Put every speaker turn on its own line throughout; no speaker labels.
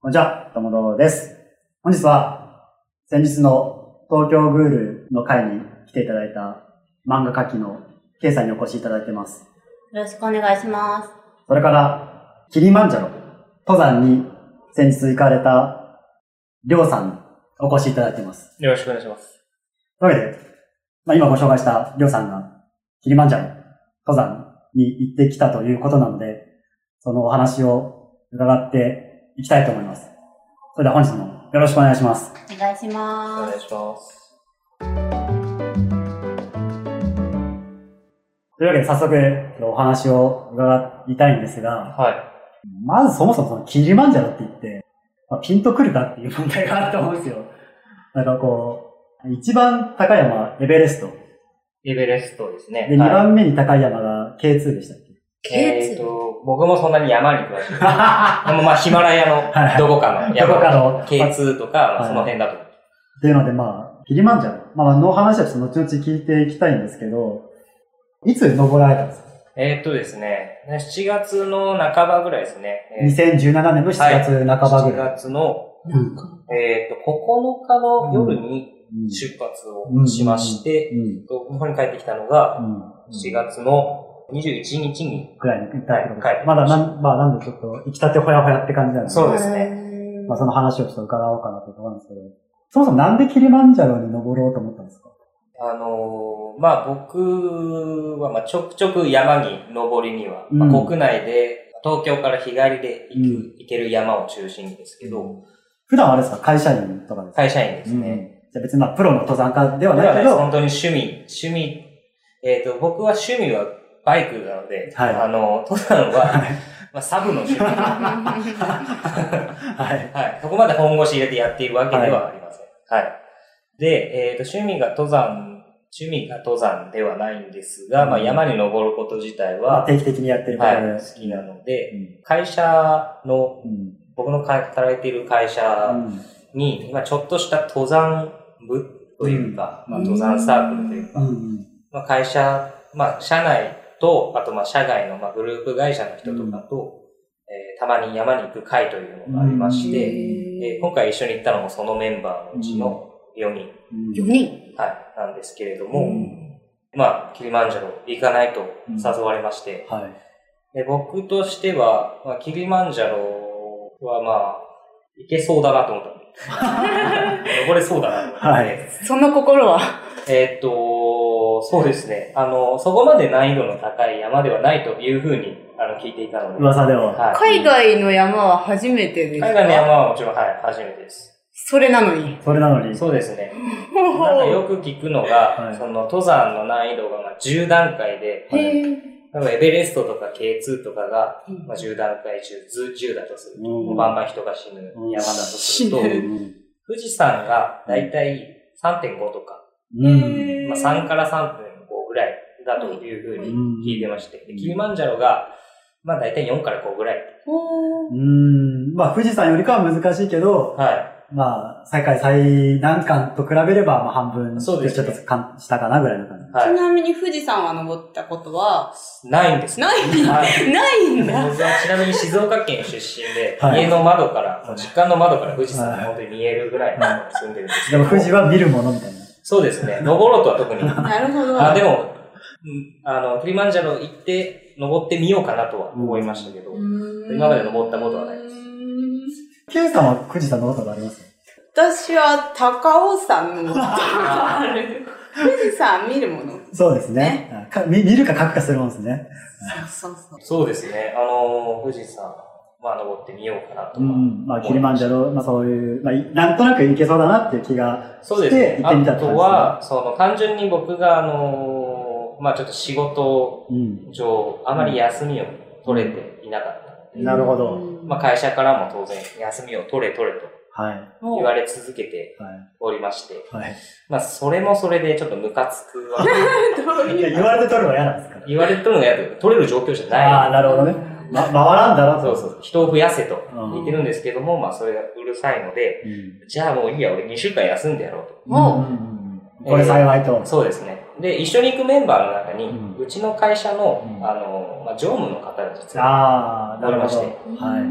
こんにちは、友堂です。本日は、先日の東京グールの会に来ていただいた漫画家きのケイさんにお越しいただいてます。
よろしくお願いします。
それから、キリマンジャロ、登山に先日行かれたりょうさんにお越しいただいてます。
よろしくお願いします。
というわけで、まあ、今ご紹介したりょうさんがキリマンジャロ、登山に行ってきたということなので、そのお話を伺っていきたいと思います。それでは本日もよろしくお願いします。
お願いし
お
ま
願い
す。
します。
というわけで早速お話を伺いたいんですが、
は
まずそもそもそのキリマンジャロって言って、まあ、ピンとくるかっていう問題があると思うんですよ。 なんかこう、一番高い山はエベレスト。
い。エベレストですね。
で、二
はい、
番目に高い山が K2 でしたっ
えっ、と、僕もそんなに山に詳しい。
け
でもまあヒマラヤ のどこかの
どこか
山。
の。っ
K2 とか、
はい
その辺だと。
ていうのでまあ、キリマンジャロ。まあ、の話はちょっと後々聞いていきたいんですけど、いつ登られたんですか
えっ、とですね、7月の半ばぐらいですね。えー
?2017 年の7月半ばぐらい。
7月の、
うん
えっ、と、9日の夜に出発をしまして、
うん。
と日本に帰ってきたのが
うん。
7月の21日に、
くらいに行ったってことです
はいはい
まだなん、まあなんでちょっと、行きたてほやほやって感じなので、
そうですね
ね
まあその話をちょっと伺おうかなと思うんですけど、そもそもなんでキリマンジャロに登ろうと思ったんですか
あのーまあ僕は、まあちょくちょく山に登りには、まあ
うん
国内で、東京から日帰りで行く、
う
行ける山を中心にですけど、
普段はあれですか会社員とかですか
会社員です
う
ね。
んじゃあ別にまあプロの登山家では
で
な
はいね
け
本
ど、
当に趣味、趣味、えっ、と、僕は趣味はバイクなので、
はい
あの、登山は、まあサブ の趣味。は
はい。
い。そこまで本腰入れてやっているわけではありません。はい。で、えっ、と、趣味が登山、趣味が登山ではないんですが、まあ
うん
山に登ること自体
ま
は
あ、定期的にやってることで。
はい、好きなので、
う
会社の、
ん。うん。
僕の働いている会社に、まあ、ちょっとした登山部というか、
うん
まあ、登山サークルというか、
うん。
まあ、会社、まあ、社内と、あと、まあ、社外の、まあ、グループ会社の人とかと、えーたまに山に行く会というのがありまして、えー今回一緒に行ったのもそのメンバーのうちの4人、
うん
4人。
はい、なんですけれど
う
も、
ん
まあ、キリマンジャロ行かないと誘われまして、
はい。
で僕としては、まあ、キリマンジャロはまあ、いけそうだなと思った。登れそうだなと思って。
はい
その心は。
えーっと、そうですね。あの、そこまで難易度の高い山ではないというふうにあの聞いていたので。
噂では。
は
海外の山は初めてです
い、
か
海外の山はもちろん、はい、初めてです。
それなのに。
それなのに。
そうですね。
ほ
なんかよく聞くのが、
はい
その登山の難易度がまあ10段階で、
はい
へー
多分エベレストとか K2 とかが、
うん
まあ、10段階中10だとすると、
うん
もうバンバン人が死ぬ山だとすると、
死ぬ
うん
富士山がだいたい3.5とか、
うん。
まあ、3から3.5ぐらいだというふうに聞いてまして、でキリマンジャロが、まあ、だいたい4から5ぐらい。
ほー
うん。まあ富士山よりかは難しいけど、
は
まあ、世界最難関と比べれば、まあ、半分、
そうですね
ちょっとかんしたかなぐらいの感じ。
い。は
ち
い。
なみに富士山は登ったことは、
ないんですね。
ない、
はい。
ないんだ。
僕はちなみに静岡県出身で、
はい
家の窓から、実家の窓から富士山
はい
が本当に見えるぐらいのとこに住んでるんですけ
で
ど。
も、富士は見るものみたいな。
そうですね。登ろうとは特 に。
なるほど。
あでも、うんあの、キリマンジャロ行って、登ってみようかなとは思いましたけど。今まで登ったことはないです
うーん。
ケイさんは富士山のことがあります
私は高尾山登ったこと が ある。富士山見るもの。
そうですね。あか見見るか書くかするもんですね。
そうそうそう。
そうですね。あの、富士山、まあ登ってみようかなと
う
は。
ん。まあ、キリマンジャロ、まあそういう、まあ、いなんとなくいけそうだなっていう気が。
そうです
して
ね。
行ってみ
あ
たって感じですね
とは、その、単純に僕が、あの、まあちょっと仕事
うん。
上、あまり休みを取れていなかったので、
なるほど
うん
まあ会社からも当然、休みを取れ取れと
はい。
もう
言われ続けて
は
おりまして、
い。はい。
まあそれもそれでちょっとムカつくわけ。
どう
いや
いう。
言われて取るのは嫌なんですか
言われとるのやと、取れる状況じゃ
ああ、
ない。
なるほどね。ま、回らんだな
そ
と。
うそう。人を増やせと
うん
言ってるんですけども、まあそれがうるさいので、
うん。
じゃあもういいや、俺2週間休んでやろうと。
うん
もう
うんうんうん。これ幸いと。
そうですね。で、一緒に行くメンバーの中に、
う
うんちの会社の、
うん
あの、まあ、常務の方が実は、
ああ、なるほど。
思い
はい。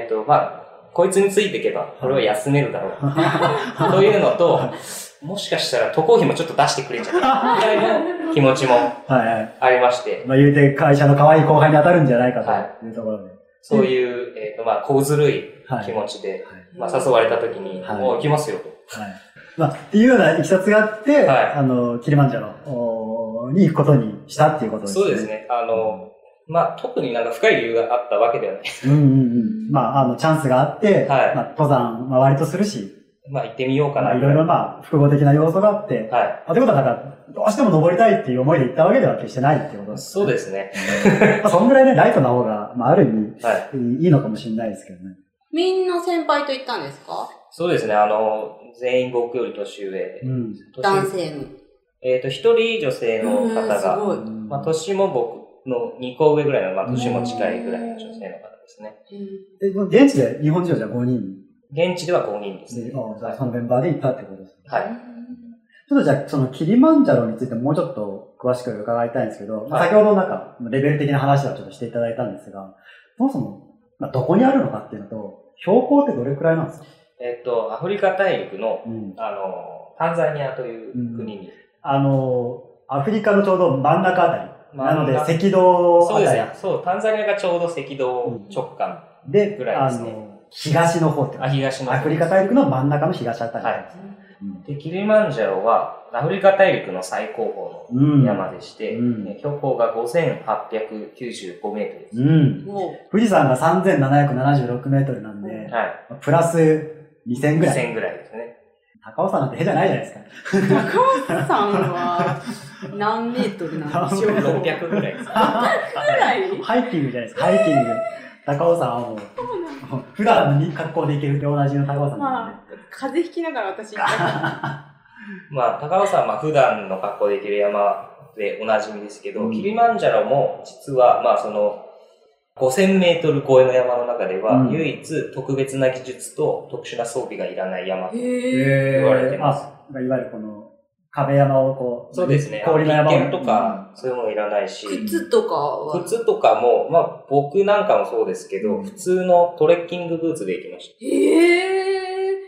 えっ、と、まあ、こいつについていけば、俺は休めるだろ う。というのと、もしかしたら渡航費もちょっと出してくれちゃう。みたいな気持ちも
はいはい。
ありまして、
まあ言うて会社の可愛い後輩に当たるんじゃないかというところで。
そういう、えっ、と、まあ、小ずるい
はい。
気持ちで、まあ、
さ
誘われた時に、
はい
もう行きますよと。
はい。まあ、っていうようないきさつがあって、
はい
あの、キリマンジャロおーに行くことにしたっていうことですね。
そうです。ね。あの、まあ、特になんか深い理由があったわけではない。
うんうんうん。まあ、あの、チャンスがあって、
はい
まあ、登山、まあ、割とするし、
まあ、行ってみようか
ま
な
あ、いろいろまあ、複合的な要素があって、
は
あ、ということは、だから、どうしても登りたいっていう思いで行ったわけでは決してないってこと
い。
です、。
そうですすね。
まあ、そんぐらいね、ライトな方が、まあ、ある
はい。
意味、いいのかもしれないですけどね。
みんな先輩と行ったんですか
そうですね。あの、全員僕より年上。
うん。
男
年
性の。
えっ、と、一人女性の方
うん
が、
すごい。
まあ、年も僕の2個上ぐらいの、まあ、年も近いぐらいの女性の方ですね。
でもう現地で日本人はじゃあ5人
現地では5人です
で、
ね。
あじゃ
は
あ
い
そのメンバーで行ったってことですね。
はい。
ちょっとじゃあ、そのキリマンジャロについてもうちょっと詳しく伺いたいんですけど、まあ
はい
先ほどなんか、レベル的な話はちょっとしていただいたんですが、そもそも、まあ、どこにあるのかっていうのと、標高ってどれくらいなんですか
えっ、と、アフリカ大陸の、
うん。
あの、タンザニアという国に、
あのー、アフリカのちょうど真ん中あたり。
まあ
なので、赤道
そう
あ
です
たり
ね。そう、タンザニアがちょうど赤道直下の
で
ぐら
あ
いですね
のー、東の方ってこと
あ東の方
アフリカ大陸の真ん中の東あたり。
はい
うん
でキリマンジャロはアフリカ大陸の最高峰の山でして、
うん
え標高が5895メートルです、
うん。
もう、
富士山が3776メートルなんで、
はい
プラス2000ぐらい。
2000ぐらいですね
高尾山なんて絵じゃないじゃないですか。
高尾さんは何メートルなんでしょう
600ぐらいです
ぐらい
ハイキングじゃないですか、ハイキング。高尾山はもう、もう普段に格好で行けるっておなじみの高尾山なん
ま
で、
あ、風邪ひきながら私 行った
まあ高尾山は普段の格好できる山でおなじみですけど、
うん
キリマンジャロも実はまあその5000メートル超えの山の中では、
うん
唯一特別な技術と特殊な装備がいらない山と
へえ。
え
言われてます
あいわゆるこの壁山をこう、
そうですね。
氷の山を
立憲とか、そういうのもいらないし。
靴とかは。
靴とかも、まあ僕なんかもそうですけど、
うん
普通のトレッキングブーツで行きまし
ええ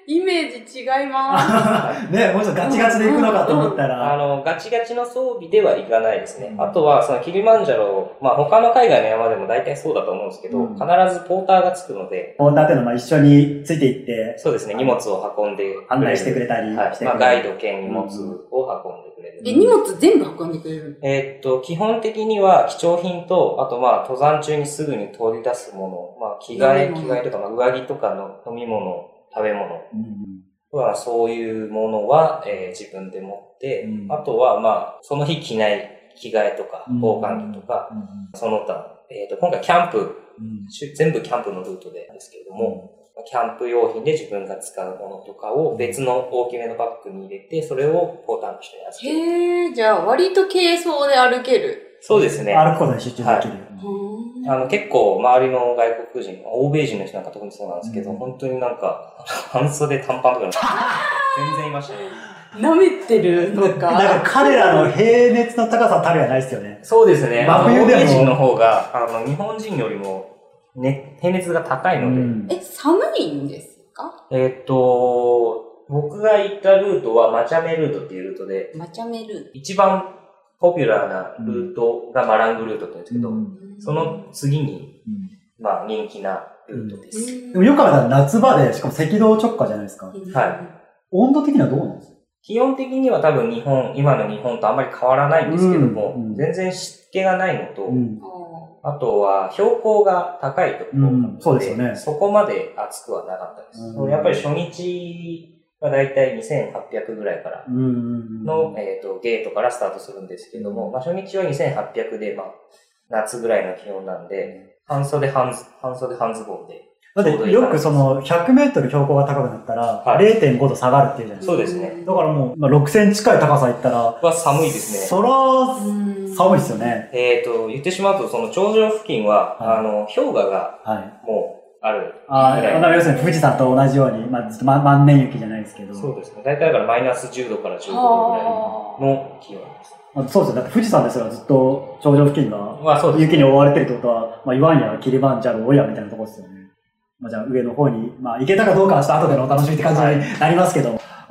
イメージ違います。
うんね、もうちょっとガチガチで行くのかと思った
た。
ら、
あの、ガチガチの装備ではいかないですね。
うん
あとは、そのキリマンジャロ、まあ他の海外の山でも大体そうだと思うんですけど、
うん
必ずポーターがつくので、
ポーターっていうのはまあ一緒について行って、
そうですね、荷物を運んでくれる
案内してくれたりしてくれ
はい。
て
まあガイド兼荷物を運んでくれる。
え、荷物全部運んでくれる
えーっと、基本的には貴重品と、あとまあ登山中にすぐに取り出すもの、まあ着替え、
飲
着
み物
替えとか、まあ上着とかの飲み物、食べ物
うん
は、そういうものは、えー自分で持って、
うん
あとはまあ、その日着ない着替えとか
うん、
防寒着とか、その他、えーっと、今回キャンプ、
うん
し全部キャンプのルートでですけれども、まあキャンプ用品で自分が使うものとかを別の大きめのバッグに入れて、それをポーターの人に預ける。
へえ、じゃあ割と軽装で歩ける。
そうですね。
歩くことに集中できる。
うん
あの、結構、周りの外国人、欧米人の人なんか特にそうなんですけど、
うん
本当になんか、半袖短パン とかの人全然いましたね。
舐めてるの
だから
か。
彼らの平熱の高さたるやないですよね。
そうですね。
真
あの
冬
欧
でも
米人の方が、あの、日本人よりも、ね、平熱が高いので、
うん
え、寒いんですか
えーっと、僕が行ったルートは、マチャメルートっていうルートで、
マチャメル
一番ポピュラーなルートがマラングルートって言うんですけど、
うん
ー
その次に、まあ、人気なルートです。
でもよく考えたら夏場で、しかも赤道直下じゃないですか。
は
温度的にはどうなんですか
基本的には多分日本、今の日本とあんまり変わらないんですけども、
うんうん
全然湿気がないのと、
うん
あとは標高が高いところなので、
うんそうですよね
そこまで暑くはなかったです。
うん
やっぱり初日はだいたい2800ぐらいから
うんうんうん
の、えー、とゲートからスタートするんですけども、まあ、初日は2800で、まあ、夏ぐらいの気温なんで、半袖半ズ、半袖半ズボンで。
だってよくその100メートル標高が高くなったら
はい
0.5度下がるっていうじゃないです
そうですね。
か。だからもうまあ6センチ近い高さいったら、
は寒いですね。
そら、
うん
寒いですよね。
えっ、と、言ってしまうと、その頂上付近は、
はい
あの、氷河が
はい。
もうある。
あ
は
ー
い
だから要するに富士山と同じように、まあ、ずっとま万年雪じゃないですけど。
そう
そ
ですね。大体だからマイナス10度から15度ぐらい
はあ
の気温
う
です。
そうですよ。だって富士山ですらずっと頂上付近が
まあそうです、
雪に覆われてるってことは、まあ、いわんやキリバンジャロ、オヤみたいなとこですよね。まあ、じゃあ上の方に、まあ、行けたかどうかはちょっと後でのお楽しみって感じになりますけど、あー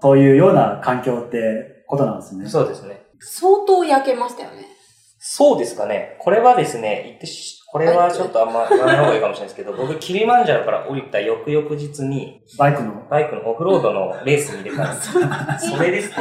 そういうような環境ってことなんですね。
そうですね。
相当焼けましたよね。
そうですかね。これはですね、言ってし、これはちょっとあんま言わない方がいいかもしれないです けど、僕、キリマンジャロから降りた翌々日に、
バイクの。
バイクのオフロードのレースに出たんです。 それですね。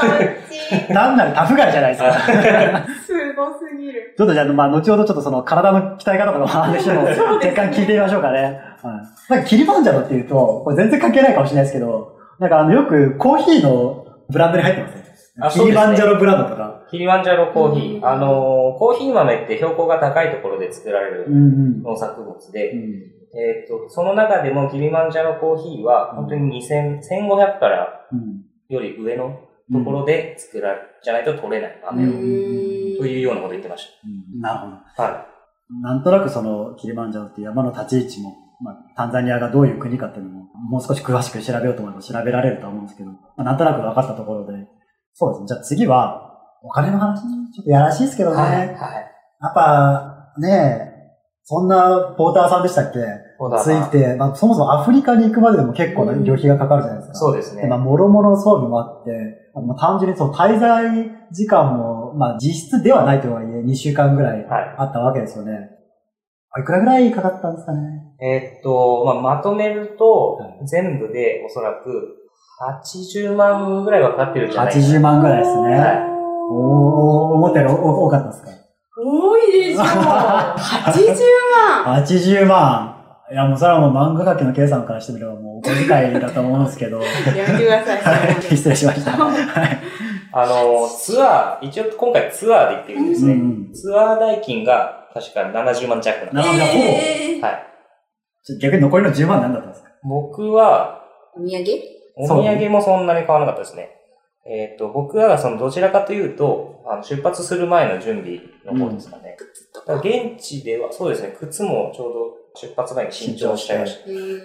こっ
単なるタフガイじゃないですか。
ち。すごすぎる。
ちょっとじゃあ、まあ、後ほどちょっとその体の鍛え方とかの 話も
そうです
若
ね
干聞いてみましょうかね。はい。なんかキリマンジャロっていうと、これ全然関係ないかもしれないですけど、なんかあの、よくコーヒーのブランドに入ってますね。
あそ
キ
う
リ
ですね
マンジャロブランドとか。
キリマンジャロコーヒー。
うん
あのー、コーヒー豆って標高が高いところで作られ
うん
る
うん。
農作物
う
で、
ん
えっと、その中でもキリマンジャロコーヒーは、本当に2000、1500から
うん
より上のところで作られ、じゃないと取れない豆
う
を、
ん
というようなこと言ってまし
なるほど。
た。はい。
なんとなくそのキリマンジャロっていう山の立ち位置も、まあ、タンザニアがどういう国かっていうのも、もう少し詳しく調べようと思えば調べられると思うんですけど、まあ、なんとなく分かったところで、そうですね。じゃあ次は、お金の話、ちょっとやらしいですけどね。
はい。はい。
やっぱ、ねえ、そんなポーターさんでしたっけ
そうだ
つい
な。
て、まあ、そもそもアフリカに行くまででも結構な
うん
旅費がかかるじゃないですか。
そうですね
で。まあ、もろもろ装備もあって、まあ、単純にその滞在時間も、まあ、実質ではないとはいえ、2週間ぐらい
はい。
あったわけですよね。あいくらぐらいかかったんですかね。
えーっと、まあ、まとめると
は、
全部でおそらく80万ぐらいはかかってるんじゃないかな
80万ぐらいですね。
は
おお、思ったより多多かったですか
多いでし ょ。80万。
?80 万。いや、もうそれはもう漫画家けの計算からしてみればもうお小遣いだと思うんですけど。 は
やめてください。
い失礼しました。はい
あの、ツアー、一応今回ツアーで行ってるんです
うんう
ね。
ん
ツアー代金が確か70万弱なん
な
で
るほど、ほぼ。
えー
はい。
ちょ逆に残りの10万何だったんですか
僕は、
お土産
お土産もそんなに買わなかったですね。えーっと、僕はそのどちらかというと、あの出発する前の準備の方ですかね。
靴と
だ
か。
から現地では、そうですね、靴もちょうど出発前に新調しちゃいました。
うーん。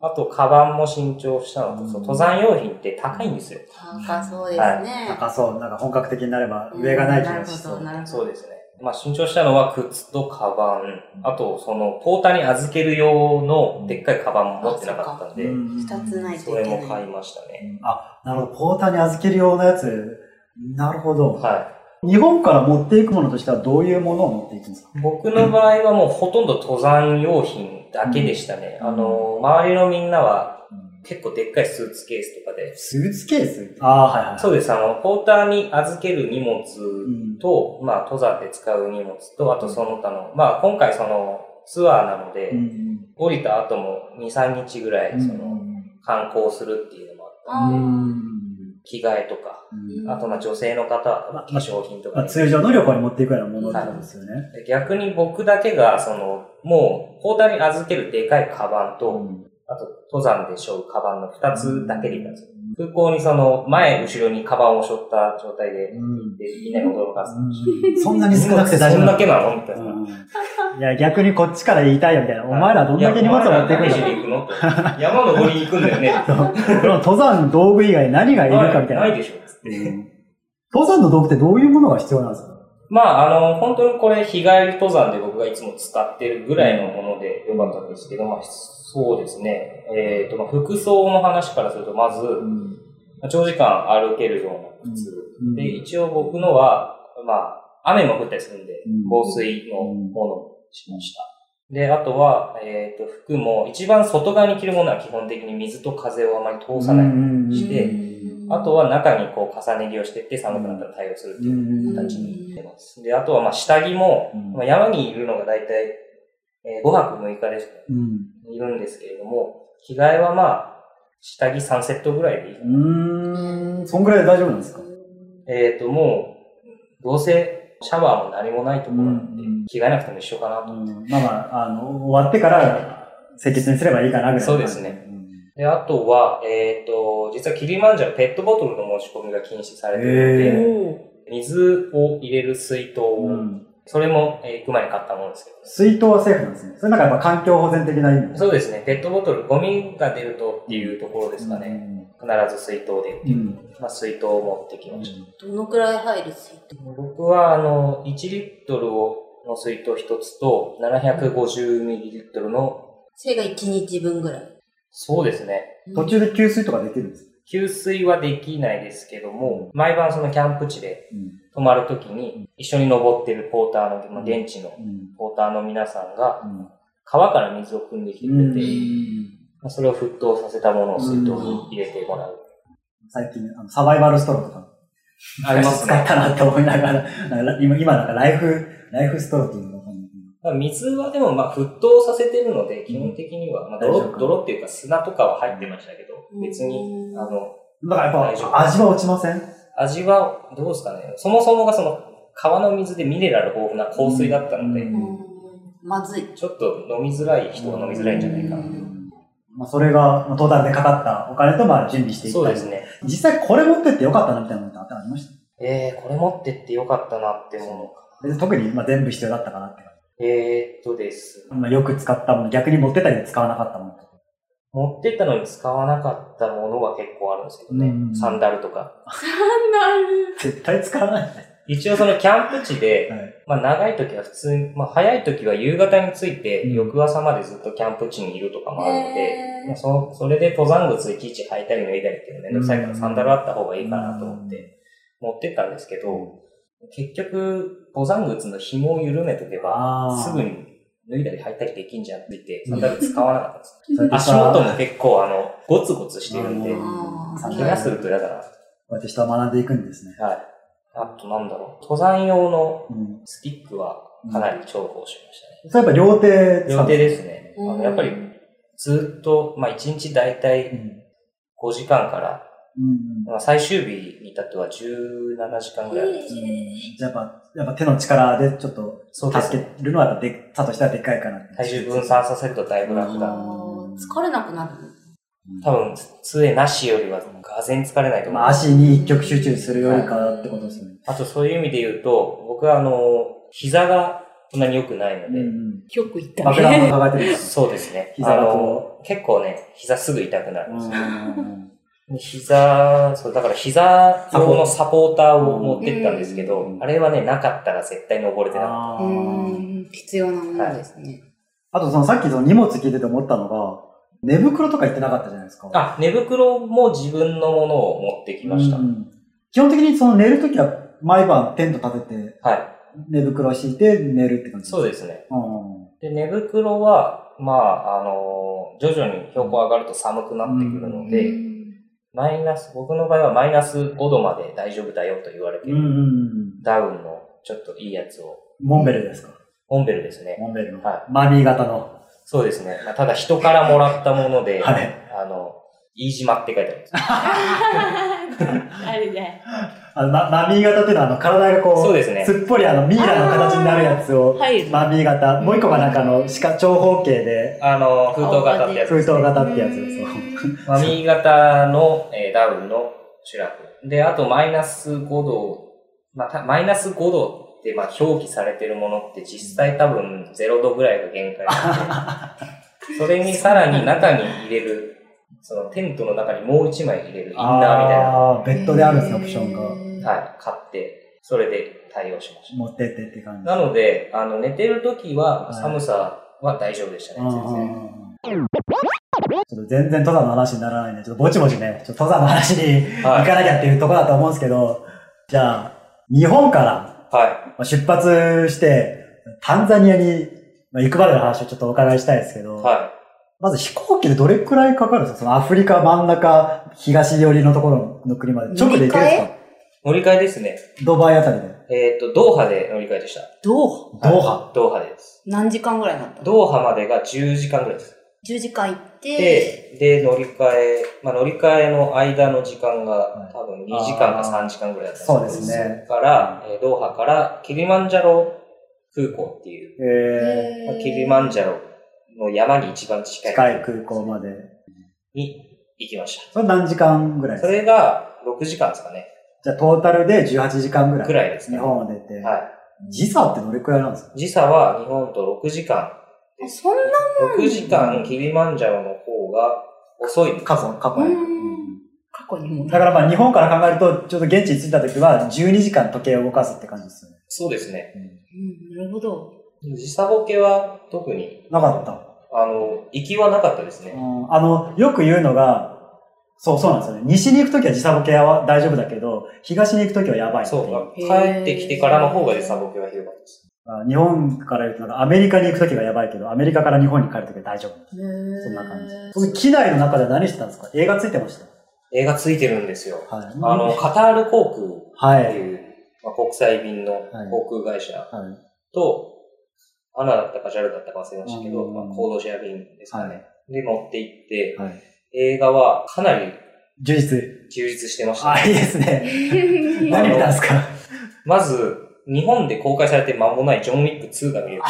あと、カバンも新調したのと、
うん
その登山用品って高いんですよ。
高そうですね。
高そう。なんか本格的になれば上がない気がしそ
うん
う。
なるほど、なるほ
そ
ど。
うですね。まあ、新調したのは靴とカバン、あと、その、ポーターに預ける用のでっかいカバンも持ってなかったん
う
で、
ん
二つない
そ
とい
れ
け
も買い
ない。
ましたね。
あ、なるほど。ポーターに預ける用のやつ。なるほど。
は
日本から持っていくものとしてはどういうものを持っていくんですか
い。僕の場合はもうほとんど登山用品だけでしたね。
うん
あの、周りのみんなは結構でっかいスーツケースとかで、
スーツケースああー、はいはいはい。
そうです、あの、ポーターに預ける荷物
うん
と、まあ、登山で使う荷物と、あとその他の、まあ、今回その、ツアーなので、
うん
降りた後も2、3日ぐらい、その、観光するっていうのもあっ
う
た。
あ
ん
着替えとか、
うん
あとまあ女性の方は化粧品とか
まあ、
ね、
通常の旅行に持っていくようなものってことですよね。
で逆に僕だけが、その、もう、ポーターに預けるでかいカバンと、あと、登山でしょうカバンの2つだけでいたんですよ。空港にその、前、後ろにカバンを背負った状態で、
うん
で、みんなに驚かす。
そんなに少なくて大丈夫
そ
な
んだ
の
けなのみたいな。
うんいや、逆にこっちから言いたいよみたいな。お前らどんだけ荷物を持っていくん
い
だ
やお前ら何しに行くのと山登りに行くんだよね。
その登山道具以外何がいるかみたいな。
ないでしょ。つって
うん登山の道具ってどういうものが必要なんですか
まあ、あの、本当にこれ、日帰り登山で僕がいつも使ってるぐらいのものでよかったんですけど、まあ、そうですね。えっ、と、まあ、服装の話からすると、まず、まあ長時間歩けるような靴。
うん
で、一応僕のは、まあ、雨も降ったりするんで
うん、
防水のものをしました。で、あとは、えっ、と、服も、一番外側に着るものは基本的に水と風をあまり通さない。
うん
して
うん
あとは中にこう重ね着をしてって寒くなったら対応するっていう
うん
形になってます。で、あとはまあ下着も、
うん
まあ、山にいるのが大体、えー5泊6日です
う
ね
ん
いるんですけれども、着替えはまあ、下着3セットぐらいでいい。
うーん、そんぐらいで大丈夫なんですか
えっ、と、もう、どうせシャワーも何もないところなんで、
うん
着替えなくても一緒かなと。
まあまあ、あの、終わってから、清潔にすればいいかな、ぐらいの感じ。
そうですね
うん。
で、あとは、えっ、と、実はキリマンジャロペットボトルの申し込みが禁止されてるので、
お
水を入れる水筒を、
うん
それも、えー行く前に買ったものですけど、
水筒はセーフなんですね。それなんかやっぱ環境保全的な意味
そうですね、ペットボトル、ゴミが出るとっていうところ
で
で
す
かね。
ね。
必ず水筒で、
うん。
まあ、水筒を持ってきました。
どのくらい入るスイート
僕は、あの、1リットルをの水筒1つと、750ミリリットルの
それが1日分ぐらい。
そうですね。
途中で給水とかできるんですか
給水はできないですけども、毎晩そのキャンプ地で泊まるときに、一緒に登ってるポーターの、まあ現地の
うん。
ポーターの皆さんが、
うん。
川から水を汲んできてくれ
う
て、
ん
まあそれを沸騰させたものを水筒に入れてもらう。
最近、あのサバイバルストローとか、
ありますね
使ったなって思いながら、なんか今、今なんかライフ、ライフストローっていうのがわかんない。
まあ水はでもまあ沸騰させてるので、基本的には、まあ
大丈夫
泥
か
泥っていうか砂とかは入ってましたけど、別に、あの、
だからや
大
っ
丈
ぱ
夫
味は落ちません
味はどうですかねそもそもがその川の水でミネラル豊富な香水だったので、
う
うんまずい。
ちょっと飲みづらい人は飲みづらいんじゃないかな
う。んまあ、それが、まあトータルでかかったお金とまあ準備していった
そう
り
ですね。
実際これ持ってってよかったなみたいなものってありました
えー、これ持ってってよかったなってもの。
別に特にまあ全部必要だったかなって感
えー、っとですね。
じ。まあ、よく使ったもの、逆に持ってたり使わなかったものとか。
持ってったのに使わなかったものは結構あるんですけどね。
うん
サンダルとか。
絶対使わないじゃ
一応そのキャンプ地で、
ない。
まあ長い時は普通に、まあ早い時は夕方に着いて、
うん
翌朝までずっとキャンプ地にいるとかもあるので、
へー
まあそそれで登山靴いちいち履いたり脱いだりっていうのめんどくさいか
う
ら
ん
サンダルあった方がいいかなと思って持ってったんですけど、結局登山靴の紐を緩めとけば、
ああ。
すぐに脱いだり履いたりできんじゃんって言って、サンダル使わなかったんです。
それで
足
人は
元も結構あの、ゴツゴツしてるんで
う、
あー
サン
怪
ダ
我
ル
すると嫌だな。はい。
こうやって人は学んでいくんですね。
あとなんだろう、登山用の
うん。
スティックはかなり重宝しましたね。
そういえば両手使
両
う
手ですね。あ
うん
のやっぱりずっと、まあ1日だいた
う
い
ん。
5時間から、
うん。
まあ、最終日に至っては17時間ぐらい。
うんじゃあやっぱ、やっぱ手の力でちょっと
そうです
助
ね。
けるのはやっぱで、さとしてはでっかいかなって。
体重分散させるとだいぶ楽
あ
だ。
ー疲れなくなる。
多分、杖なしよりは、がぜん疲れないと思
まあ
う。
足に一極集中するよりかってことですよね。
あとそういう意味で言うと、僕はあの、膝がそんなに良くないので、
うん。
よく言った
爆弾
ね。
も抱えてるから。
そうですね。
膝が
あ
こ
の、結構ね、膝すぐ痛くなるんですよ。
うん。
膝、そう、だから膝用のサポーターを持ってったんですけ
う
ど
ん、
あれはね、なかったら絶対登れてなか
あ
っ
う
ー
ん必要なものですね。
あとそのさっきその荷物聞いてて思ったのが、寝袋とか言ってなかったじゃないですか。
た。あ、寝袋も自分のものを持ってきました
う。ん基本的にその寝るときは毎晩テント立てて、
は
寝袋を敷いて寝るって感
い。
じ
そう
です。
ですね。
うん
で、寝袋は、まあ、あの、徐々に標高上がると寒くなってくるの
う
で、マイナス、僕の場合はマイナス5度まで大丈夫だよと言われて
う
る、
んうんうん。
ダウンのちょっといいやつを、
モンベルですか
モンベルですね。
モンベルの。
は
マミー型の。
そうですね。まあただ人からもらったもので、
はい。
あの、飯島って書いてあるんです。
あれね。
あの、ま、マミー型っていうのはあの体がこう、
そうで すね
すっぽりあのミイラの形になるやつを、
入る。
マミー型。もう一個がなんかあの、四角長方形で、
あの、封筒型ってやつで
封
す、
筒
ね。
型ってやつ です。そう
マミー型の、えーダウンのシュラフ。で、あとマイナス5度、まあ、たマイナス5度って、まあ、表記されてるものって実際多分0度ぐらいが限界 なので、それにさらに中に入れる、そのテントの中にもう一枚入れるインナーみたいな、
あーベッドであるんですね、オプションが。
はい、買って、それで対応しまし
持ってってって感
た。
じ。
なので、あの、寝てる時は
はい
寒さは大丈夫でしたね、全然。
ちょっと全然登山の話にならないんで、ちょっとぼちぼちね、ちょっと登山の話に
は
行
い。
かなきゃっていうところだと思うんですけど、じゃあ、日本から
は
出発して、タンザニアにまあ行くまでの話をちょっとお伺いしたいですけど、
い。はい。
まず飛行機でどれくらいかかるんですかそのアフリカ真ん中、東寄りのところの国まで。直で行けるんですか
乗り換えですね。
ドバイあたりで。
えっ、と、ドーハで乗り換えでした。
どう
ドーハ。
ドーハです。
何時間ぐらいだったの
ドーハまでが10時間ぐらいです。
?10 時間行って、
で、で、乗り換え、まあ乗り換えの間の時間が多分2時間か3時間ぐらいだったん
そうですね
そこから、えードーハからキリマンジャロ空港ってい
え
う、まあキリマンジャロの山に一番近
ー、
い
近い空港まで。
に行きまし
それ何時間ぐらい
た。
で
そ
すか
れが6時間ですかね。
じゃあトータルで18時間ぐらい。
ぐらいです
日
ね。
本
は
を出て。
い。
時差ってどれくらいなんですか
時差は日本と6時間。
あそんな
6時間キリマンジャロの方が遅いんです
過去、過去
う
に
ん。過去にも
だからまあ日本から考えると、ちょうど現地に着いた時は12時間時計を動かすって感じですよね。
そうですね。
うん、なるほど。
時差ボケは特に
なかった。
あの、行きはなかったですね。
うんあの、よく言うのが、そう、そうなんですよね。西に行くときは時差ボケは大丈夫だけど、東に行くときはやばいってい
そうう、帰
へー
ってきてからの方が時差ボケはひどかったです。
あ日本から言うと、なんかアメリカに行くときがやばいけど、アメリカから日本に帰るときは大丈夫。
へー
そんな感じ。その機内の中では何してたんですか映画ついてまし
映画ついてるんですよ。
た。はい。
あの、カタール航
はい。
空っていう、まあ、国際便の
はい
航空会社
はい
と、アナだったか JAL だったか忘れましたけど、
うん
まあ、行動シェア便ですかね。
は
で、乗って行って、
はい
映画はかなり
充実。
充実してましたね、
あ、いいですね。
あ
何見たんですか
まず、日本で公開されて間もないジョン・ウィック2が見れる。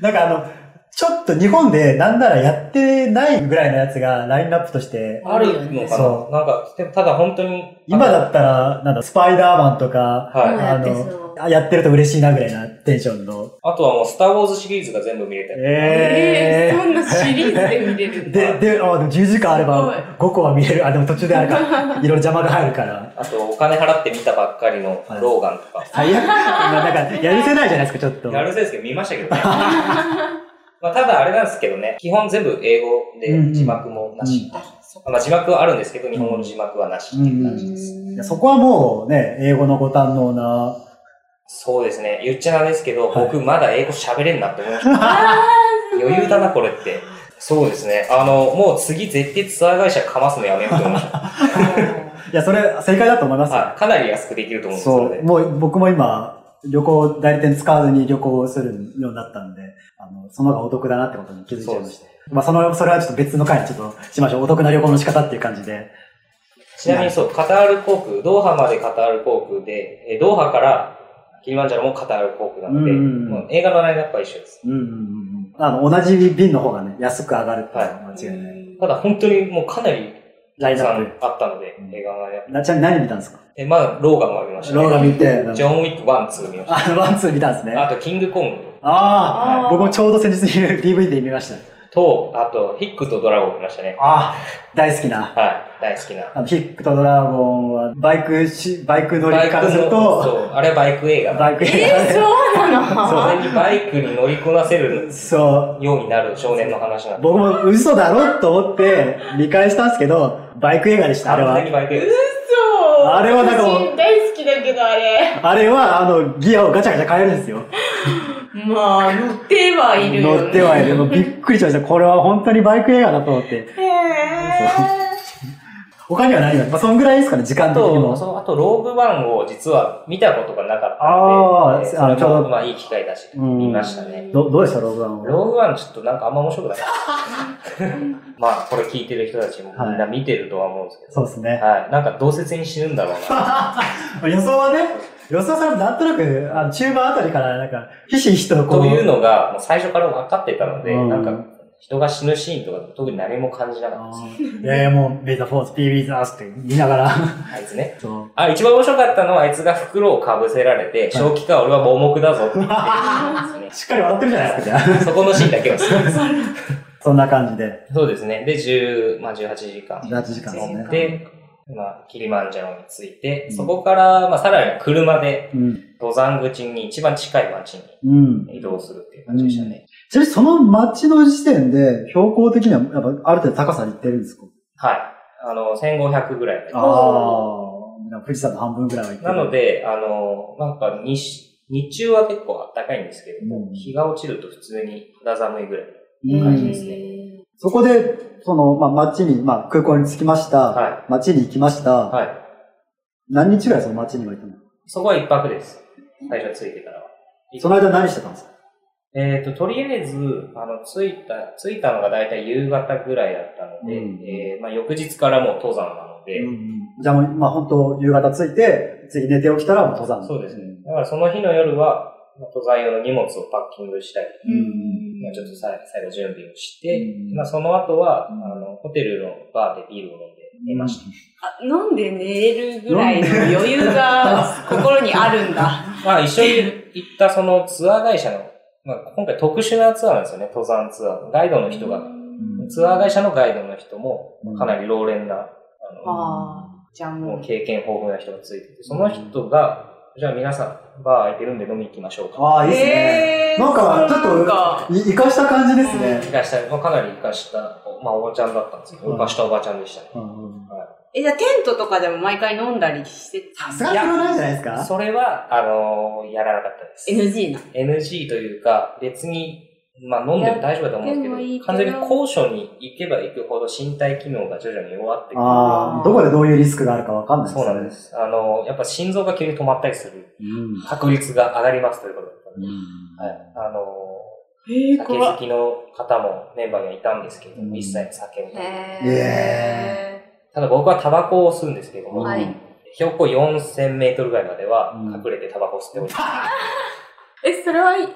なんかあの、ちょっと日本でなんならやってないぐらいのやつがラインナップとして、
あるのか
そ
ななんか、でもただ本当に。
今
あの
だったら、なんだ、スパイダーマンとか、
もう
はい。
やってそう。
あやってると嬉しいなぐらいなテンションの。
あとはもう、スター・ウォーズシリーズが全部見れたり。
ええそんなシリーズ
で
で見れるんだ。
で、で、あ、でも10時間あれば5個は見れる。あ、でも途中であれ か。いろいろ邪魔が入るから。
あと、お金払って見たばっかりの
はい
ローガンとか。
最 悪。まあなんか、やるせないじゃないですか、ちょっと。
やるせですけど、見ました けどね。まあ、ただあれなんですけどね、基本全部英語
うんう
で
ん
字幕もなし。
あ、そっか。
まあ、字幕はあるんですけど、日本語の字幕はなしっていう感じです。
いやそこはもうね、英語のご堪能な
そうですね。言っちゃなんですけど、
はい
僕まだ英語喋れんなって思いました。 余裕だな、これって。そうですね。あの、もう次絶対ツアー会社かますのやめようと思いま した。
いや、それ正解だと思いますよ。
はいかなり安くできると思うんです
そ
よ、
う。もう僕も今、旅行代理店使わずに旅行をするようになったんで、あの、その方がお得だなってことに気づいちゃいました。まあ、その、それはちょっと別の回にちょっとしましょう。お得な旅行の仕方っていう感じで。
ちなみにそう、カタール航空、ドーハまでカタール航空で、えードーハからキリマンジャロもカタール航空なので、
うんうんうん
もう映画のラインナップは一緒です。
うんうんうんうん。あの、同じ便の方がね、安く上がるっていうのは間違いない。
ただ本当にもうかなり
ラ
た
イン
く
ナ
さ
ッ
んあったので、
うん
映画のラインナップ
プ。なちなみに何見たんですか
え、まあ、ローガンもありましたね。
ローガン見て、
ジョン・ウィック1、2見ま
あ
し
の、ワンツー見たんですね。
た。あ
あ
と、キングコング
あ
あー
ー、僕もちょうど先日 DVD で見ました。
と、あと、ヒックとドラゴン見ましたね。
ああ、大好きな。
はい、大好きな。
あの、ヒックとドラゴンは、バイクし、バイク乗りからする
の、そ
と、
う、あれはバイク映画だ。
バイク
えー、 そうなの
それにバイクに乗りこなせる
そう。
ようになる少年の話なんで。
僕も嘘だろと思って見返したんですけど、バイク映画でした、あれ
完全に
は。
バイク映画
そう
あれはなんかもう
私大好きだけどあれ
あれは、あの、ギアをガチャガチャ変えるんですよ。
まあ乗ってはいるよ、ね、
乗ってはいる。もうびっくりしました。これは本当にバイク映画だと思って。
へえ
他には何が、まあ、そんぐらいですかね、時間
あ
的に
と、
も。
そうあとローグワンを実は見たことがなかった
あ
の
ー
で、えー
あの
それ
ちょう
も
ど
まあいい機会だし、
うん
見ましたね。
ど、どうでした、ローグワンを。
ローグワンちょっとなんかあんま面白く なかった。まあこれ聞いてる人たちもみんな見てるとは思うんですけ
そうですね
ど、。はい。なんか同説に死ぬんだろうな。
まあ予想はね、予想されなんとなく、あの、中盤あたりから、なんか、ひしひしとこう。
というのがもう最初から分かってたので、
うん
なんか人が死ぬシーンとか特に何も感じなかった
あーいやいや、もう、ベータフォース、ピービーザースって言いながら。
あいつね。
そう。
あ、一番面白かったのはあいつが袋をかぶせられて、正気か俺は盲目だぞって 言って、
しっかり笑ってるじゃないですか、じゃあ。
そこのシーンだけは好きです。
そんな感じで、
そうですね。で、10、まあ、18時間。
18時間ですね。
で、まあ、キリマンジャロに着いて、そこから、まあ、さらに車で
うん。
登山口に一番近い町
うん。
に移動するっていう感じでしたね。
ちなみにその街の時点で、標高的には、やっぱある程度高さに行ってるんですか
はい。あの、1500ぐらい。
ああ。富士山の半分ぐらいは行って
な
る。
ので、あの、なんか日、日中は結構暖かいんですけれども、
うん
日が落ちると普通に肌寒いぐらい。
うん
感じですね
そこで、その、まあ、街に、まあ、空港に着きました。
は
街に行きました。
い。はい。
何日ぐらいその街にはいたの
そこは一泊です。最初着いてからは。
その間何してたんですか
えっ、と、とりあえず、あの、着いた、着いたのがだいたい夕方ぐらいだったので、
うん
えーまあ、翌日からもう登山なので、
じゃあもう、まあ、本当夕方着いて、次寝て起きたらもう登山。
そうです
ね。
だからその日の夜は、まあ登山用の荷物をパッキングしたり、
うん
まあ、ちょっとさ最後準備をして、
うん
まあ、その後は、
うん
あの、ホテルのバーでビールを飲んで寝ました。
あ飲んで寝れるぐらいの余裕が心にあるんだ。
まあ、一緒に行ったそのツアー会社の、まあ、今回特殊なツアーなんですよね、登山ツアーの。ガイドの人が、
うん
ツアー会社のガイドの人も
うん、
かなり老練な、あの、
ああ、じゃあも
もう
う。
経験豊富な人がついてて、その人が、じゃあ皆さん、バー空いてるんで飲み行きましょうか。
ああ、いいですね。
えー
なんかちょっと
そうなんか
い生かした感じですね。
生かした、まあ、かなり生かした、まあ、おばちゃんだったんですけど、
うん
生かしたおばちゃんでしたね。
え、じゃあテントとかでも毎回飲んだりして
さすがにそれはないんじゃないですか
それは、あのーやらなかったです。
NG な。
NG というか、別に、まあ飲んでも大丈夫だと思うんですけど、
いやでもいいけど
完全に高所に行けば行くほど身体機能が徐々に弱ってくる。
ああ、どこでどういうリスクがあるかわかんない
そうなんで。す。あのーやっぱ心臓が急に止まったりする
うん。
確率が上がりますということだったんで、
は
はい。あの
え
ー酒好きの方もメンバーにはいたんですけど、
うん
一切酒を飲んでない。
え
ただ僕はタバコを吸うんですけども、
はい
標高4000メートルぐらいまでは
うん
隠れてタバコ吸っております。
え、それはいい、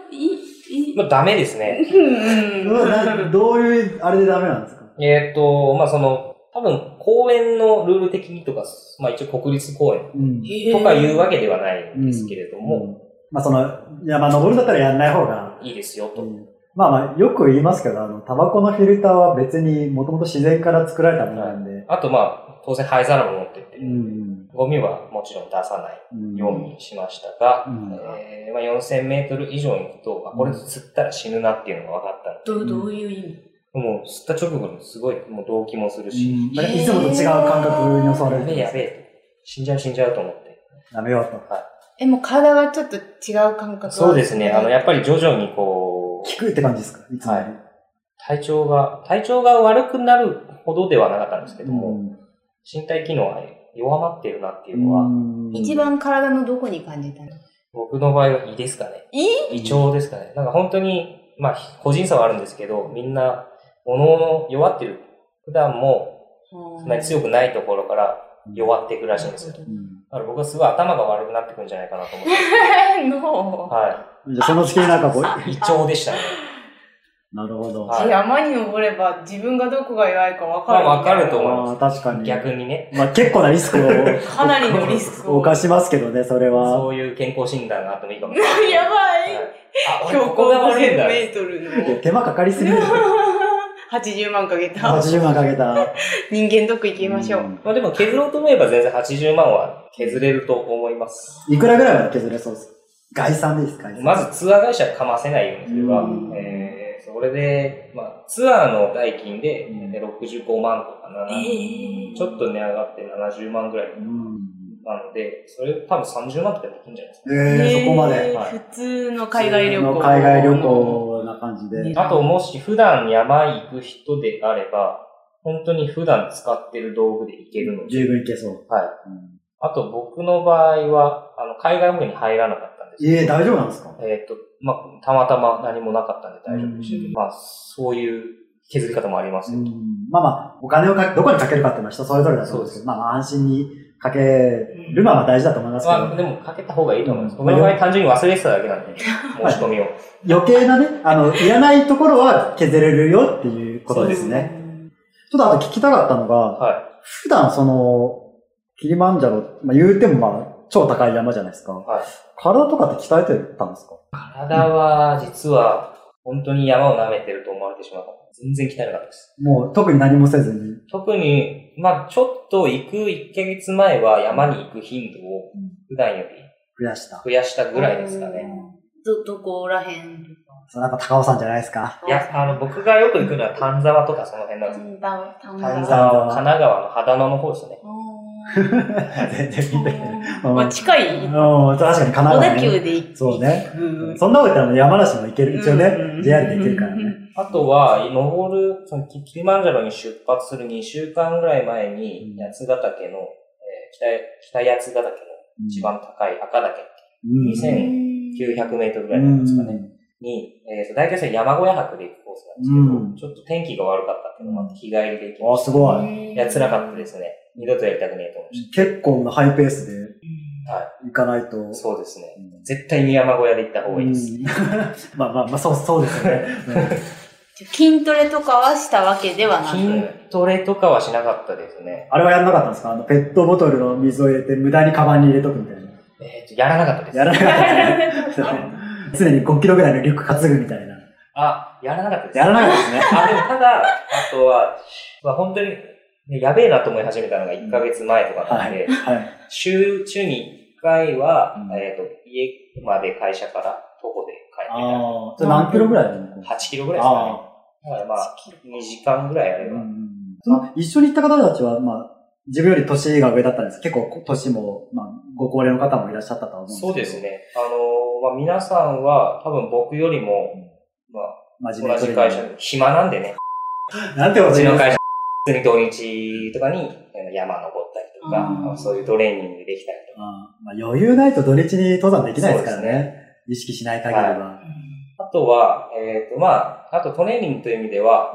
いい、
まあダメですね。
うん
うわなどういう、あれでダメなんですか
えーっと、まあその、多分公園のルール的にとか、まあ一応国立公園
うん
とかいうわけではないんですけれども、
まあその、山登るだったらやんない方が、
いいですよと。
まあまあ、よく言いますけど、あの、タバコのフィルターは別にもともと自然から作られたものなんで、
あとまあ、当然灰皿も持ってって、
うん。
ゴミはもちろん出さない
うん
ようにしましたが、
うん
えーまあ、4000メートル以上に行くと、あこれ吸ったら死ぬなっていうのが分かったので
どう、どういう意味
もう吸った直後にすごいもう動悸もするし、
うんなんかいつもと違う感覚に襲われ
や
る。
べえやべえと。死んじゃう死んじゃうと思って。
やめようと。
え、もう体がちょっと違う感覚
そうですね。あの、やっぱ
り。
り徐々にこう、
聞くって感じですかいつもより。
体調が、体調が悪くなるほどではなかったんですけども、
うん
身体機能は弱まってるなっていうのは、
うん
一番体のどこに感じたの
僕の場合は胃ですかね。
胃
胃腸ですかね。なんか本当に、まあ、個人差はあるんですけど、みんな、おのおの弱ってる。普段も、そんなに強くないところから弱っていくらしいんです よ。だ
うん
から僕はすごい頭が悪くなってくるんじゃないかなと思って。
え、の
はい。
じゃあそのうちになんかこう、
胃腸でしたね。
なるほど。
はい
山に登れば自分がどこが弱いか分
ま
かる。
あ、わかると思い
あ
ま
あ、確か
す。
に。
逆にね。
まあ結構なリス クを。
かなりのリスクを。
犯しますけどね、それは。
そういう健康診断があってもいいかもしれな い。
やば
はい
い。
あ、俺
標
ここ
高
が悪いん
5000
だ。
メートルの。
手間かかりすぎる。
80万かけた。
80万かけた。
人間ドック行きましょう。
ん
まあでも削ろうと思えば全然80万は削れると思います。
いくらぐらいまで削れそうですか概算でいいですか概算
まずツアー会社かませないようにすれば
うん、
えー、それで、まあツアーの代金で
うん
えー65万とか7、
え
ちょっと値上がって70万ぐらいなので、それ多分30万とかできるんじゃないですか。
うん。ええ、そこまで。
はい
普通の海外旅行。
海外旅行な感じで。
あと、もし普段山行く人であれば、本当に普段使ってる道具で行けるので、
十分いけそう。
はい
うん。
あと僕の場合は、あの、海外保険に入らなかったんですけど
ええ、大丈夫なんですか
えっ、と、まあ、たまたま何もなかったんで大丈夫でしたけど、
うん
まあ、そういう削り方もあります
う
よと。
んまあまあ、お金をかけどこにかけるかっていうのは人それぞれだと思うんですけど、まあまあ安心にかけるのはまあ大事だと思いますけど、
まあ、でもかけた方がいいと思います。
うん
僕の場合単純に忘れてただ けなんで、申し込みを。
余計なね、あの、いらないところは削れるよっていうことですね。ちょっとあと聞きたかったのが、
は
普段その、キリマンジャロ、まあ、言うてもまあ、超高い山じゃないですか。
はい
体とかって鍛えてたんですか
い。体は、実は、本当に山を舐めてると思われてしまうから全然鍛えなかったです。
もう特に何もせずに。
特に、まあ、ちょっと行く1ヶ月前は山に行く頻度を普段より
増やした。
増やしたぐらいですかね。。
ど、どこらへん
そう、やっぱ高尾山じゃないです か。
いや、あの、僕がよく行くのは丹沢とかその辺なんですよ。
丹沢。
丹
丹
沢
沢、
神奈川の秦野の方ですね。
う
全然見てない。
ん
うん
まあ、近い。
うん、確か
小田
に神奈川ね。
急で行く。
そうね。
うん
そんなこと言ったら山梨も行ける。一応ね
う、ん
JR で行けるからね。
あとは、登る、そのキキリマンジャロに出発する2週間ぐらい前に、
うん
八ヶ岳の、えー北、北八ヶ岳の一番高い赤岳、
うん
900メートルぐらいなんですかね。
うん
に、えっ、と、大体それ山小屋泊で行くコースなんですけど、ちょっと天気が悪かったっていうのもあって、日帰りで行き
あ
ま
あ、
し
すごい。
た。いや、辛かったですね。二度とやりたくねえと思いまし
結構なハイペースで
た。はい。
行かないと。
そうですね。
うん
絶対に山小屋で行った方がいいです。
うん まあまあまあ、そう、そうですよ ね。うん
じゃあ筋トレとかはしたわけではなく。
筋トレとかはしなかったですね。
あれはやんなかったんですかあの、ペットボトルの水を入れて無駄にカバンに入れとくみたいな。
えっ、と、やらなかったです。
やらなかったですねそう。常に5キロぐらいのリュック担ぐみたいな。
あ、やらなかったです。
やらなかったですね。
あ、でもただ、あとは、まあ、本当に、ねやべえなと思い始めたのが1ヶ月前とかなんで、
はい。
週、週に回は、
うん
えっ、と、家まで会社から徒歩で帰ってた。
ああ、それ何キロぐらいだの
8キロぐらいですかね。
あ
だからまあ、2時間ぐらいあ
あ、
れ
う
ば。
ん
その一緒に行った方たちは、まあ、自分より年が上だったんです。結構年も、まあ、ご高齢の方もいらっしゃったとは思うんですけど。
そうです。ね。あのーまあ、皆さんは多分僕よりも、まあ、
真面目
同
に
じ会社、暇なんでね。
なんてこ
う
と
ち
言い
の
ます
会社、普通に土日とかにえー山登ったりと
う
か、
ん
そういうトレーニングできたりとか。
まあ、余裕ないと土日に登山できないですからね。
そうです
意識しない限りは。
あとは、えっ、と、まあ、あとトレーニングという意味では、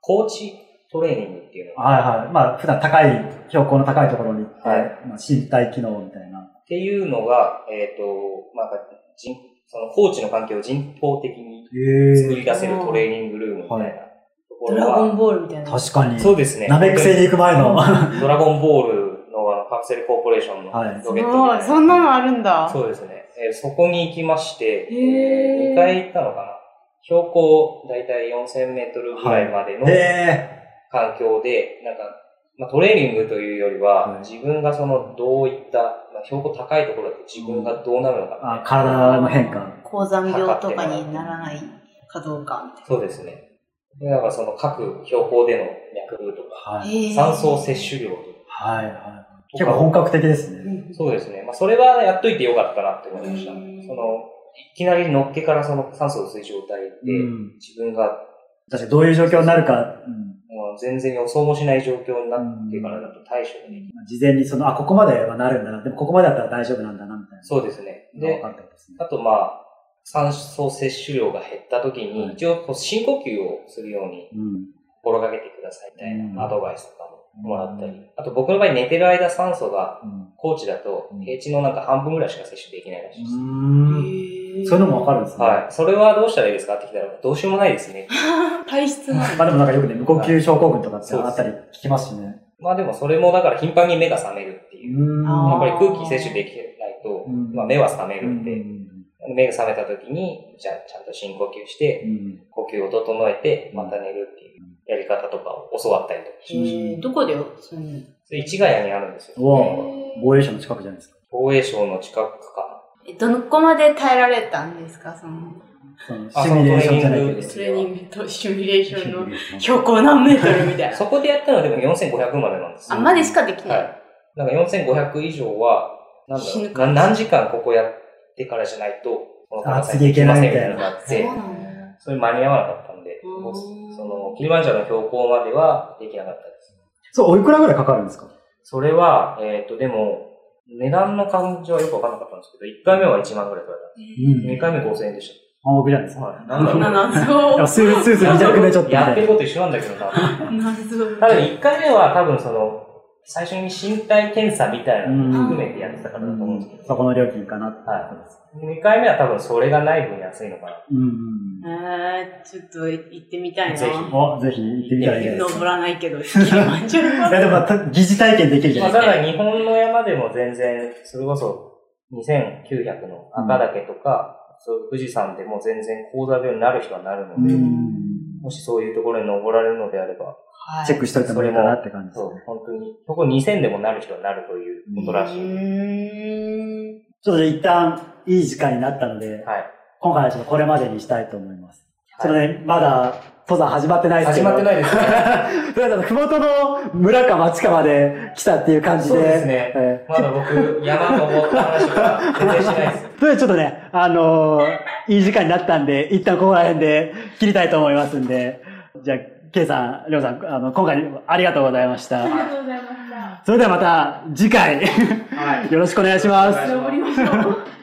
コーチトレーニングっていうのが、
はいはい。まあ、普段高い、標高の高いところに行って、
はい
まあ、身体機能みたいな。
っていうのが、えっ、と、まあ、人そのコーチの環境を人工的に作り出せるトレーニングルームみたいなとこ
ド
ろ
ラ
は、
ゴンボールみたいな。
確かに。
そうですね。
なめくせに行く前の。
ドラゴンボールのあのカプセルコーポレーションの
はい
ロケットみたいな
そんなのあるんだ。
そうですね。えーそこに行きまして、え
へー
2回行ったのかな。標高だいたい4000メートルぐらいまでの
へ え。
環境で、なんか、まあ、トレーニングというよりは、
はい
自分がそのどういった、まあ、標高高いところだと自分がどうなるのかみたいな
あ、体の変化。
高山病とかにならないかどうかみたい
そうですね。でなんかその各標高での薬部とか、
はい。
な。へー
酸素摂取量とか。
はいはい。結構本格的ですね。
そうですね。まあ、それはやっといてよかったなって思いました。
う
そ
ん
の、いきなりのっけからその酸素水蒸体で、
うん。
自分が
確かにどういう状況になるか、うん
もう全然予想もしない状況になってからだと対処できない。
事前にその、あ、ここまではなるんだな、でもここまでだったら大丈夫なんだな、みたいな。
そうですね。
で、分
で
か、ったですね
あ。とまあ、酸素摂取量が減った時
はい
に、一応こう深呼吸をするように
うん。
心がけてくださいみたい
うん
なアドバイスとかももらったり。あと僕の場合寝てる間酸素が
うん
高知だと
うん
平地のなんか半分ぐらいしか摂取できないらしいです。
うん。そういうのもわかるんですね。
はい。それはどうしたらいいですかって聞いたら、どうしようもないですね。
体質な
まあでもなんかよくね、無呼吸症候群とかってあったり聞きますしね。
まあでもそれもだから頻繁に目が覚めるっていう。
うん
やっ
あ
ぱり空気摂取できないと、
うん
まあ目は覚め
う
るんで、
ん。
目が覚めた時に、じゃあちゃんと深呼吸して、
うん
呼吸を整えて、また寝るっていうやり方とかを教わったりとかしまし
へーどこでその
た。それ市ヶ谷にあるんですよ。
うわ防衛省の近くじゃないですか。
防衛省の近くか
えどのこまで耐えられたんですかその
その
あ
シミュレーションじゃないけど。
そ
トレーニングとシミュレーションの
う
標高何メートルみたい
な。
な。
そこでやったのはでも4500までなんです
あ
よ。
までしかでき
は
ない。
い。なんか4500以上は、なん
死
だ
ぬ
ろう、な何時間ここやってからじゃないと、この
あ
高さ
次
に
行け
行け
な
ま
い
せん
み
み
た
た
い
い
な
なのがあっ
そう
て
な、んだ
それ間に合わなかったんで、
うん
僕その、キリマンジャロの標高まではできなかったです。
そう、おいくらぐらいかかるんですか
それは、えっ、と、でも、値段の感じはよくわかんなかったんですけど、1回目は1万ぐらい取られ
うん。
た。2回目5000円でし
半額じゃないです
た。
か。
はい。なんだろ
謎
う。
いやスースースー2着目ちょっとみ
やったて
い
る
な。
こと一緒なんだけど な。
謎
ただ1回目は多分その、最初に身体検査みたいなのも含めてやってたからだと思うんですけど、
そこの料金かなって。
2回目は多分それがない分安いのかな。
うん。
えー、ちょっと行ってみたいな。
ぜひ
お、ぜひ行ってみたらいいじゃないです
登
か。
らないけど、キリマンジャロ
いやでもた、疑似体験できるじゃ
ま
な
あ、
いです
た
か。
だ日本の山でも全然、それこそ2900の赤岳とか、そういう富士山でも全然高座病になる人はなるので、
うん
もしそういうところに登られるのであれば、
チェックしといてもいいかなって感じです
そ
ね。
う、本当に。そこ2000でもなる人になるということらしい。はい。
ちょっと一旦いい時間になったので、
は
今回はちょっとこれまでにしたいと思います。
い
ちょっとね、まだ登山始まってないですけ
始
ど。。
まってないいですね。
とりあえずあの、ふもとの村か町かまで来たっていう感じで。
そうですね
え
まだ僕、山登った話とか全然しないです。
えとりあえずちょっとね、あの ーいい時間になったんで、一旦ここら辺で切りたいと思いますんで、じゃあ、ケイさん、りょうさん、あの、今回ありがとうございました。ありがとうご ざいました。それではまた次回、よろしくお願いします。
登りましょう。